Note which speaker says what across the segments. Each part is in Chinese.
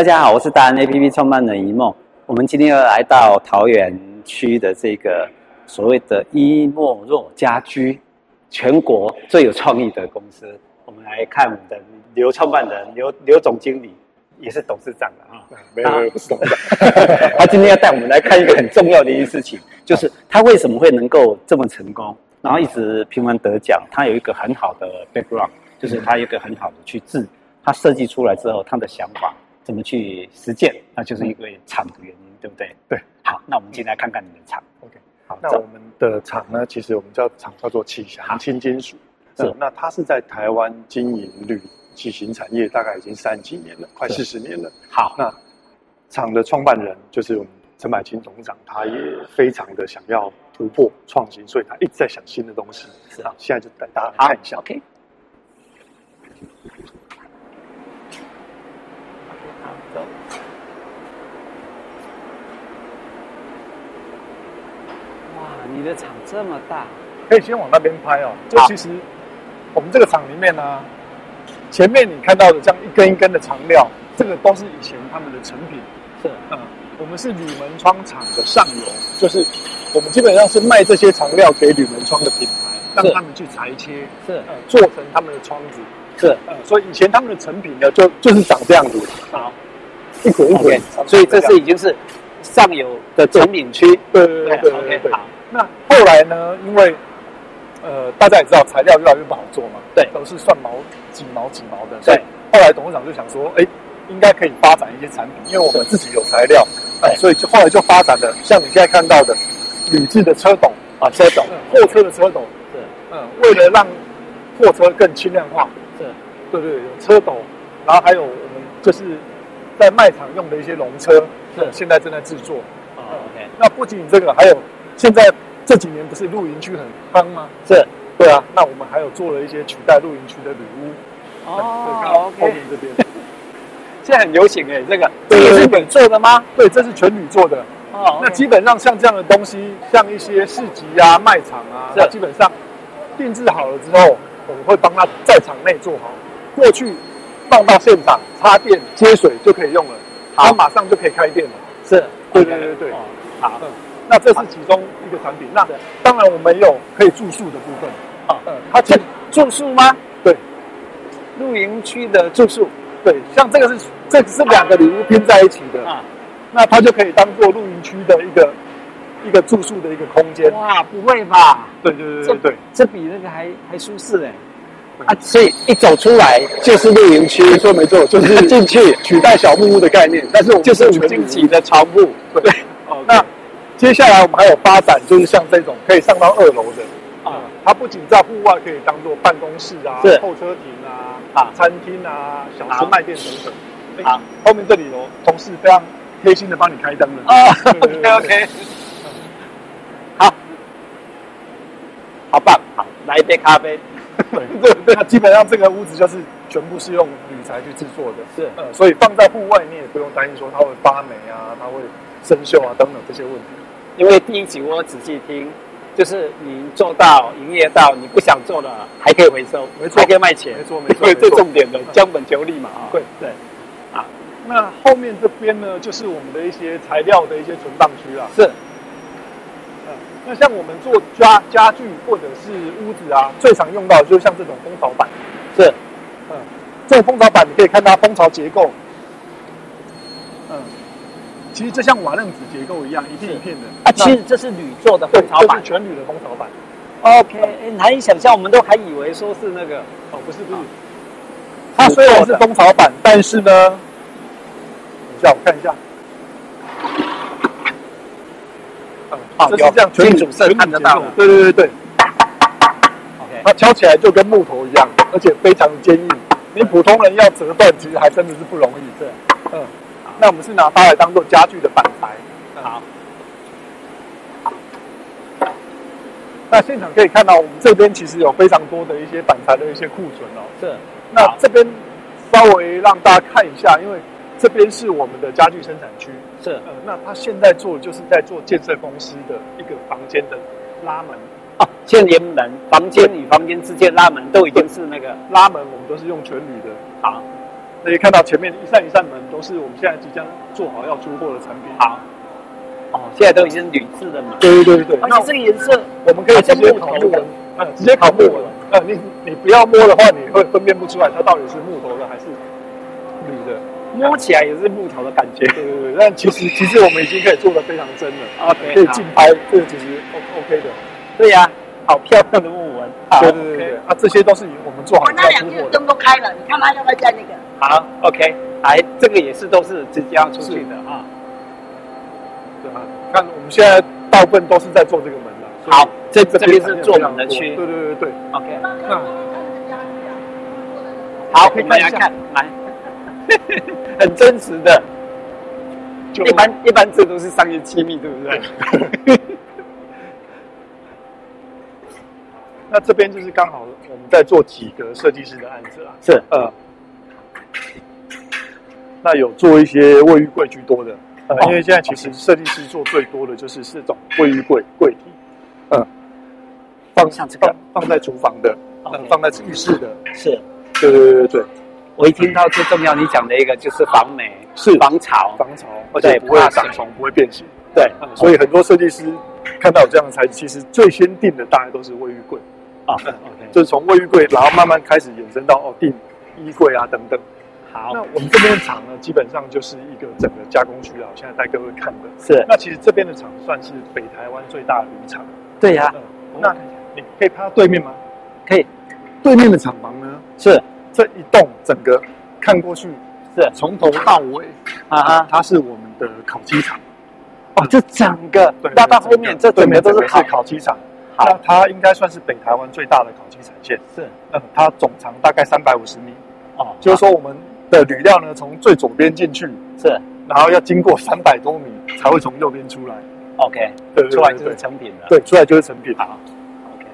Speaker 1: 大家好，我是达人 APP 创办人一梦。我们今天要来到桃园区的这个所谓的伊莫若家居，全国最有创意的公司。我们来看我们的刘创办人刘刘总经理，也是董事长了啊。
Speaker 2: 没有没有，不是 董事长。
Speaker 1: 他今天要带我们来看一个很重要的一件事情，就是他为什么会能够这么成功，然后一直频繁得奖。他有一个很好的 background，就是他有一个很好的去制，他设计出来之后，他的想法怎么去实践，那就是因
Speaker 2: 嗯
Speaker 1: 为厂的原因，对不对？
Speaker 2: 对。
Speaker 1: 好，那我们进来看看你的厂。
Speaker 2: OK，
Speaker 1: 好，
Speaker 2: 那我们的厂呢，其实我们叫厂叫做启
Speaker 1: 好
Speaker 2: 祥轻金属。
Speaker 1: 是
Speaker 2: 嗯那它是在台湾经营铝器型产业大概已经三几年了，快
Speaker 1: 是
Speaker 2: 四十年了。
Speaker 1: 好，
Speaker 2: 那厂的创办人就是我们陈百清董事长，他也非常的想要突破创新，所以他一直在想新的东西。
Speaker 1: 是
Speaker 2: 啊，现在就带大家来
Speaker 1: 好
Speaker 2: 看一下。
Speaker 1: ，OK。好走
Speaker 3: 哇，你的厂这么大，
Speaker 2: 可哎以先往那边拍哦。就
Speaker 1: 好
Speaker 2: 其实我们这个厂里面呢、前面你看到的这样一根一根的长料，这个都是以前他们的成品。
Speaker 3: 是，
Speaker 2: 嗯，我们是铝门窗厂的上游，就是我们基本上是卖这些长料给铝门窗的品牌，让
Speaker 3: 是
Speaker 2: 他们去裁切，
Speaker 3: 是
Speaker 2: 呃，做成他们的窗子。
Speaker 1: 是，
Speaker 2: 呃，所以以前他们的成品呢，就就是长这样子，
Speaker 3: 好
Speaker 2: 一捆一捆
Speaker 3: OK，
Speaker 2: 长长的样子。
Speaker 3: 所以这是已经是上游的产品区，
Speaker 2: 对对对对对
Speaker 3: ，OK，
Speaker 2: 对。
Speaker 3: 好，
Speaker 2: 那后来呢？因为呃，大家也知道材料越来越不好做嘛，
Speaker 3: 对
Speaker 2: 都是算毛几毛几毛的，
Speaker 3: 对
Speaker 2: 所以后来董事长就想说，哎，应该可以发展一些产品，因为我们自己有材料，哎，所以就后来就发展了，像你现在看到的铝制的车斗，
Speaker 3: 啊，车斗
Speaker 2: 嗯货车的车斗，
Speaker 3: 是
Speaker 2: 嗯，为了让货车更轻量化，
Speaker 3: 是
Speaker 2: 对对，有车斗，然后还有我们就是在卖场用的一些龙车，
Speaker 3: 是
Speaker 2: 现在正在制作，
Speaker 3: 哦，OK，
Speaker 2: 那不仅这个，还有现在这几年不是露营区很夯吗？
Speaker 3: 是，
Speaker 2: 对啊，那我们还有做了一些取代露营区的旅屋。
Speaker 3: 哦
Speaker 2: 对看后
Speaker 3: ，OK，
Speaker 2: 面这边，
Speaker 3: 现在很流行哎，这个
Speaker 2: 对
Speaker 3: 这
Speaker 2: 对对
Speaker 3: 个是你做的吗？
Speaker 2: 对，这是全铝做的。
Speaker 3: 哦，
Speaker 2: 那基本上像这样的东西，像一些市集啊、卖场啊，
Speaker 3: 是
Speaker 2: 那基本上定制好了之后，我们会帮他在场内做好，过去放到现场插电接水就可以用了，
Speaker 3: 好
Speaker 2: 它马上就可以开店了。
Speaker 3: 是，
Speaker 2: 对对对对
Speaker 3: 哦，好，
Speaker 2: 那这是其中一个产品。那当然我们也有可以住宿的部分。
Speaker 3: 好
Speaker 2: 嗯，它其
Speaker 3: 这
Speaker 2: 实
Speaker 3: 住宿吗？
Speaker 2: 对，
Speaker 3: 露营区的住宿
Speaker 2: 对，像这个是这是两个礼物拼在一起的，
Speaker 3: 啊，
Speaker 2: 那它就可以当做露营区的一个一个住宿的一个空间。
Speaker 3: 哇，不会吧？
Speaker 2: 对对
Speaker 3: 这
Speaker 2: 对对
Speaker 3: 这比那个还还舒适哎，
Speaker 1: 啊，所以一走出来就是露营区，
Speaker 2: 对，没错没 错，就是进去取代小木屋的概念，但是我们
Speaker 3: 就是
Speaker 2: 全
Speaker 3: 五
Speaker 2: 礼物
Speaker 3: 星级的床铺，
Speaker 2: 对。
Speaker 3: 哦，
Speaker 2: 那接下来我们还有发展，就是像这种可以上到二楼的，
Speaker 3: 啊，
Speaker 2: 它不仅在户外可以当做办公室啊
Speaker 3: 是、
Speaker 2: 候车亭啊、
Speaker 3: 啊
Speaker 2: 餐厅啊、小吃
Speaker 3: 好
Speaker 2: 卖店等等。哎
Speaker 3: 好，
Speaker 2: 后面这里有同事非常贴心的帮你开灯 了。
Speaker 3: 哦
Speaker 2: 对对对
Speaker 3: ，OK
Speaker 2: 对
Speaker 3: OK，好，好棒，好，来一杯咖啡，
Speaker 2: 对对对，那基本上这个屋子就是全部是用铝材去制作的，
Speaker 3: 是
Speaker 2: 呃，所以放在户外你也不用担心说它会发霉啊，它会生锈啊等等这些问题。
Speaker 3: 因为第一集我仔细听，就是你做到营业到你不想做了，还可以回收，
Speaker 2: 没错
Speaker 3: 还可以卖钱，
Speaker 2: 没错没错
Speaker 3: 对，
Speaker 2: 没
Speaker 3: 最
Speaker 2: 错
Speaker 3: 重点的将本求利嘛，啊，
Speaker 2: 对啊
Speaker 3: 对，
Speaker 2: 那后面这边呢，就是我们的一些材料的一些存放区啦。
Speaker 3: 是
Speaker 2: 嗯，那像我们做家家具或者是屋子啊，最常用到的就是像这种蜂巢板。
Speaker 3: 是，
Speaker 2: 嗯，这种蜂巢板你可以看它蜂巢结构。嗯，其实就像瓦楞纸结构一样，一片一片的。
Speaker 3: 啊，其实这是铝做的
Speaker 2: 对
Speaker 3: 蜂巢
Speaker 2: 这
Speaker 3: 板
Speaker 2: 是全铝的蜂巢板。
Speaker 3: ，OK，哎难以想象，我们都还以为说是那个
Speaker 2: 哦，不是不
Speaker 3: 啊
Speaker 2: 是，它虽然是蜂巢板，但是呢，等一下我看一下，嗯，
Speaker 3: 好
Speaker 2: 这是这样
Speaker 3: 有
Speaker 2: 全
Speaker 3: 金属色看得到了
Speaker 2: 对对对对，
Speaker 3: ，OK，
Speaker 2: 它敲起来就跟木头一样，而且非常坚硬。你普通人要折断，其实还真的是不容易。
Speaker 3: 对，
Speaker 2: 嗯，那我们是拿它来当做家具的板材。嗯
Speaker 3: 好，
Speaker 2: 那现场可以看到，我们这边其实有非常多的一些板材的一些库存哦。
Speaker 3: 是
Speaker 2: 那这边稍微让大家看一下，因为这边是我们的家具生产区。
Speaker 3: 是
Speaker 2: 呃，那他现在做的就是在做建设公司的一个房间的拉门，
Speaker 3: 哦，现在连门房间与房间之间拉门都已经是那个
Speaker 2: 拉门我们都是用全铝的。
Speaker 3: 好，
Speaker 2: 那些看到前面一扇一扇门都是我们现在即将做好要出货的产品。
Speaker 3: 好，哦，现在都已经是铝制的嘛，
Speaker 2: 对对
Speaker 4: 哦
Speaker 2: 对对，
Speaker 3: 而且啊这个颜色
Speaker 2: 我们可以直接烤
Speaker 3: 好像
Speaker 2: 木
Speaker 3: 木头
Speaker 2: 纹
Speaker 3: 的，
Speaker 2: 呃，直接烤木纹。呃，你你不要摸的话，你会分辨不出来它到底是木头的还是铝的。
Speaker 3: 摸起来也是木头的感觉
Speaker 2: 对。对对，但其实其实我们已经可以做的非常真了，啊可
Speaker 3: OK，
Speaker 2: 以
Speaker 3: 好
Speaker 2: 竞拍，这个其实 O OK 的。
Speaker 3: 对呀、好漂亮的木纹。好哦
Speaker 2: 对对对对，啊，这些都是我们做好
Speaker 4: 我那
Speaker 2: 要
Speaker 4: 两
Speaker 2: 出
Speaker 4: 个
Speaker 2: 货的。
Speaker 4: 灯都开了，你看他要不要在那个？
Speaker 3: 好，OK，来，这个也是都是直接要出去的啊。
Speaker 2: 对啊，你看我们现在大部分都是在做这个门的。所以
Speaker 3: 好，这这边
Speaker 2: 产
Speaker 3: 是
Speaker 2: 业
Speaker 3: 做
Speaker 2: 非常
Speaker 3: 门的
Speaker 2: 多
Speaker 3: 区
Speaker 2: 对对对对，
Speaker 3: ，OK。
Speaker 4: 嗯
Speaker 3: 好，我们来看，来，很真实的。
Speaker 2: 就
Speaker 3: 一般一般这都是商业机密，对不对？
Speaker 2: 那这边就是刚好我们在做几个设计师的案子啦。
Speaker 1: 是
Speaker 2: 呃，那有做一些卫浴柜居多的，
Speaker 3: 哦
Speaker 2: 呃，因为现在其实设计师做最多的就是这种卫浴柜柜体，嗯、放
Speaker 3: 像这个
Speaker 2: 放放在厨房的，嗯、
Speaker 3: OK
Speaker 2: 放在浴室的，
Speaker 3: 是
Speaker 2: 对对对对对，
Speaker 3: 我一听到最重要你讲的一个就是防霉、
Speaker 2: 是
Speaker 3: 防潮，
Speaker 2: 防潮，而
Speaker 3: 而且
Speaker 2: 且不会
Speaker 3: 怕
Speaker 2: 长
Speaker 3: 水
Speaker 2: 虫，不会变形。
Speaker 3: 对
Speaker 2: 嗯所以很多设计师看到有这样的材质，其实最先定的大概都是卫浴柜，
Speaker 3: 啊，OK，
Speaker 2: 就是从卫浴柜，然后慢慢开始衍生到哦定衣柜啊等等。
Speaker 3: 好
Speaker 2: 那，我们这边的厂呢，基本上就是一个整个加工区啊，我现在带各位看的。
Speaker 1: 是，
Speaker 2: 那其实这边的厂算是北台湾最大的铝厂。
Speaker 1: 对呀、
Speaker 2: 嗯那你可以趴对面吗？
Speaker 1: 可以，
Speaker 2: 对面的厂房呢，
Speaker 1: 是
Speaker 2: 这一栋整个看过去
Speaker 1: 是
Speaker 2: 从头到尾，
Speaker 1: 啊哈，
Speaker 2: 它是我们的烤鸡场。
Speaker 1: 哦，这整个
Speaker 2: 对，
Speaker 1: 到到后面这整个
Speaker 2: 面
Speaker 1: 都是
Speaker 2: 整个
Speaker 1: 烤
Speaker 2: 是，烤鸡场。
Speaker 1: 好
Speaker 2: 那它应该算是北台湾最大的烤鸡产线。
Speaker 1: 是
Speaker 2: 嗯，它总长大概三百五十米，
Speaker 1: 哦，
Speaker 2: 就是说我们的铝料呢，从最左边进去，
Speaker 1: 是
Speaker 2: 然后要经过三百多米才会从右边出来。
Speaker 1: OK，
Speaker 2: 对对
Speaker 1: 出来
Speaker 2: 对
Speaker 1: 就是
Speaker 2: 对，
Speaker 1: 成品了。
Speaker 2: 对，出来就是成品。
Speaker 1: 嗯好
Speaker 3: ，OK，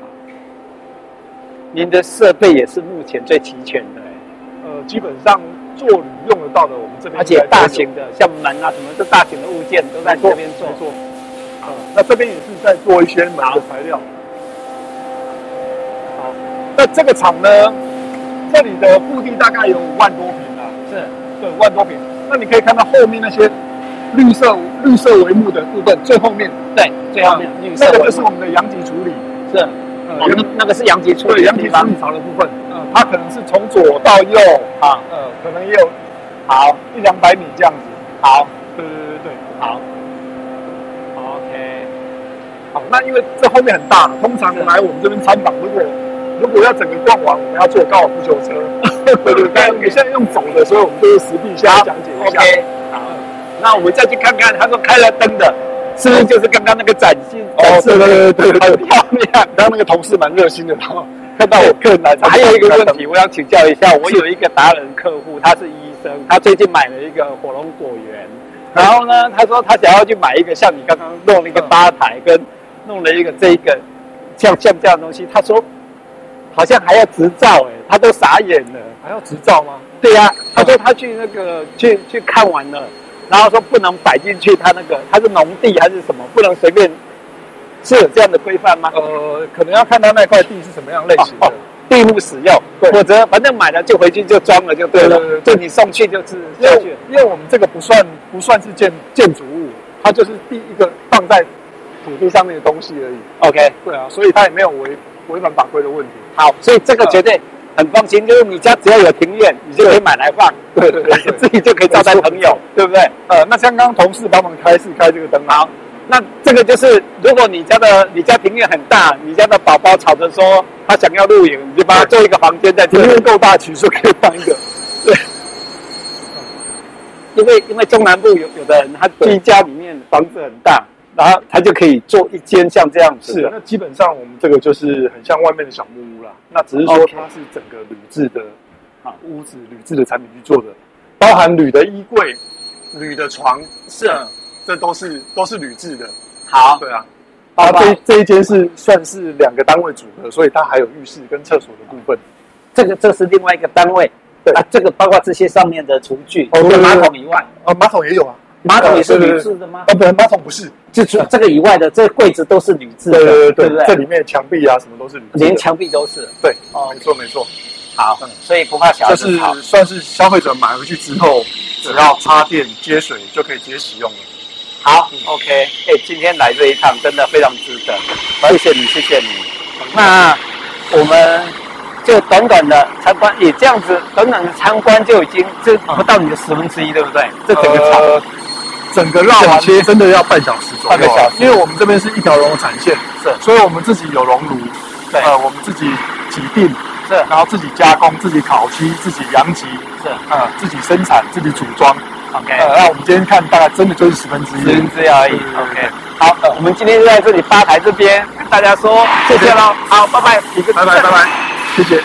Speaker 3: 好您的设备也是目前最齐全的，
Speaker 2: 呃，基本上做铝用得到的，我们这边
Speaker 3: 而且大型的像门啊什么，这大型的物件都在
Speaker 2: 在
Speaker 3: 你这边做
Speaker 2: 做。做。呃，那这边也是在做一些门的材料。好，那这个厂呢，这里的腹地大概有五万多平啊，
Speaker 3: 是
Speaker 2: 对，五万多平。那你可以看到后面那些绿色绿色帷幕的部分，最后面啊
Speaker 3: 对，最后面绿色哦的
Speaker 2: 那个就是我们的阳极处理，
Speaker 3: 是，
Speaker 2: 呃
Speaker 3: 我，们那个是阳极处
Speaker 2: 对
Speaker 3: 理的
Speaker 2: 阳
Speaker 3: 地
Speaker 2: 极
Speaker 3: 方
Speaker 2: 处理槽的部分，呃，它可能是从左到右，
Speaker 3: 啊。
Speaker 2: 呃，可能也有
Speaker 3: 好，
Speaker 2: 一两百米这样子。
Speaker 3: 好，
Speaker 2: 对对对对，
Speaker 3: 好，OK，
Speaker 2: 好，那因为这后面很大，通常来我们这边参访，如果如果要整个逛完，我们要坐高尔夫球车，对对对，但我们现在用走的，所以我们就是实地先讲解一下。
Speaker 3: ，OK，好。那我们再去看看，他说开了灯的，是不是就是刚刚那个崭新？
Speaker 2: 哦，对对对对对
Speaker 3: 很
Speaker 2: 对，
Speaker 3: 漂亮。
Speaker 2: 然后那个同事蛮热心的，然后看到我客人来参访，
Speaker 3: 还有一个问题，我要请教一下，我有一个达人客户，他是医生，他最近买了一个火龙果园，然后呢，他说他想要去买一个像你刚刚弄了一个吧台，跟弄了一个这一个像像这样的东西，他说好像还要执照哎、他都傻眼了。
Speaker 2: 还要执照吗？
Speaker 3: 对呀、他说他去那个去去看完了，然后说不能摆进去，他那个他是农地还是什么，不能随便，是有这样的规范吗？
Speaker 2: 呃，可能要看他那块地是什么样类型的。
Speaker 3: 哦地户使用，
Speaker 2: 对
Speaker 3: 否则反正买了就回去就装了就对
Speaker 2: 对对
Speaker 3: 了，
Speaker 2: 对
Speaker 3: 就你送去就是
Speaker 2: 因
Speaker 3: 下
Speaker 2: 为
Speaker 3: 去了。
Speaker 2: 因为我们这个不算不算是建建筑物，它就是第一个放在土地上面的东西而已。
Speaker 3: OK，
Speaker 2: 对啊，所以它也没有违违反法规的问题。
Speaker 3: 好，所以这个绝对很放心，就是你家只要有庭院，你就可以买来放，
Speaker 2: 对对对
Speaker 3: 自己就可以招待朋友，对不对？
Speaker 2: 呃，那像刚刚同事帮忙开试开这个灯啊，
Speaker 3: 好，那这个就是如果你家的你家庭院很大，你家的宝宝吵着说他想要露营，你就帮他做一个房间在这
Speaker 2: 庭
Speaker 3: 里
Speaker 2: 院，够大，其实可以放一个。
Speaker 3: 因为因为中南部有有的人他居家里面房子很大，然后他就可以做一间像这样子的，
Speaker 2: 是，啊那基本上我们这个就是很像外面的小木屋啦。那只是说
Speaker 3: OK
Speaker 2: 它是整个铝制的啊
Speaker 3: 好
Speaker 2: 屋子、铝制的产品去做的，包含铝的衣柜、铝的床，
Speaker 3: 是
Speaker 2: 嗯这都是都是铝制的。
Speaker 3: 好，
Speaker 2: 对啊，
Speaker 3: 好
Speaker 2: 啊，
Speaker 3: 吧
Speaker 2: 这这一间是算是两个单位组合，所以它还有浴室跟厕所的部分。
Speaker 1: 这个这是另外一个单位，
Speaker 2: 对
Speaker 1: 啊，这个包括这些上面的厨具，
Speaker 2: 哦
Speaker 1: 除了
Speaker 2: 对对
Speaker 1: 马
Speaker 2: 对
Speaker 1: 桶以外，
Speaker 2: 啊，马桶也有啊，
Speaker 1: 马桶也是
Speaker 2: 呃对对
Speaker 1: 铝
Speaker 2: 对
Speaker 1: 制的吗？
Speaker 2: 啊，不，马桶不是，
Speaker 1: 就除这个以外的，这柜子都是铝制的，
Speaker 2: 对对对
Speaker 1: 对
Speaker 2: 对
Speaker 1: 不
Speaker 2: 对，这里面墙壁啊什么都是铝制的，
Speaker 1: 连墙壁都是。
Speaker 2: 对，
Speaker 1: 哦
Speaker 2: 没错没错。
Speaker 1: 好，所以不怕小孩
Speaker 2: 嗯这
Speaker 1: 子
Speaker 2: 是
Speaker 1: 吵。
Speaker 2: 算是消费者买回去之后，只要插电接水就可以直接使用了。
Speaker 3: 好，OK，哎、
Speaker 2: 嗯
Speaker 3: 今天来这一趟真的非常值得，谢谢你，谢谢你。那我们就短短的参观，也这样子，短短的参观就已经这不到你的十分之一，对不对？这整个场、
Speaker 2: 呃整个绕完真的要半小时左右，
Speaker 3: 半个小时
Speaker 2: 因为我们这边是一条龙的产线，
Speaker 3: 是
Speaker 2: 所以我们自己有熔炉，
Speaker 3: 对
Speaker 2: 呃，我们自己挤定，
Speaker 3: 是
Speaker 2: 然后自己加工、自己烤漆、自己扬级，
Speaker 3: 是
Speaker 2: 呃，自己生产、自己组装，
Speaker 3: OK，
Speaker 2: 呃，那我们今天看大概真的就是十分之
Speaker 3: 十
Speaker 2: 一
Speaker 3: 分，之一而已。OK，好，呃我们今天就在这里吧台这边跟大家说谢谢喽，好，拜拜，
Speaker 2: 拜拜拜拜，谢谢。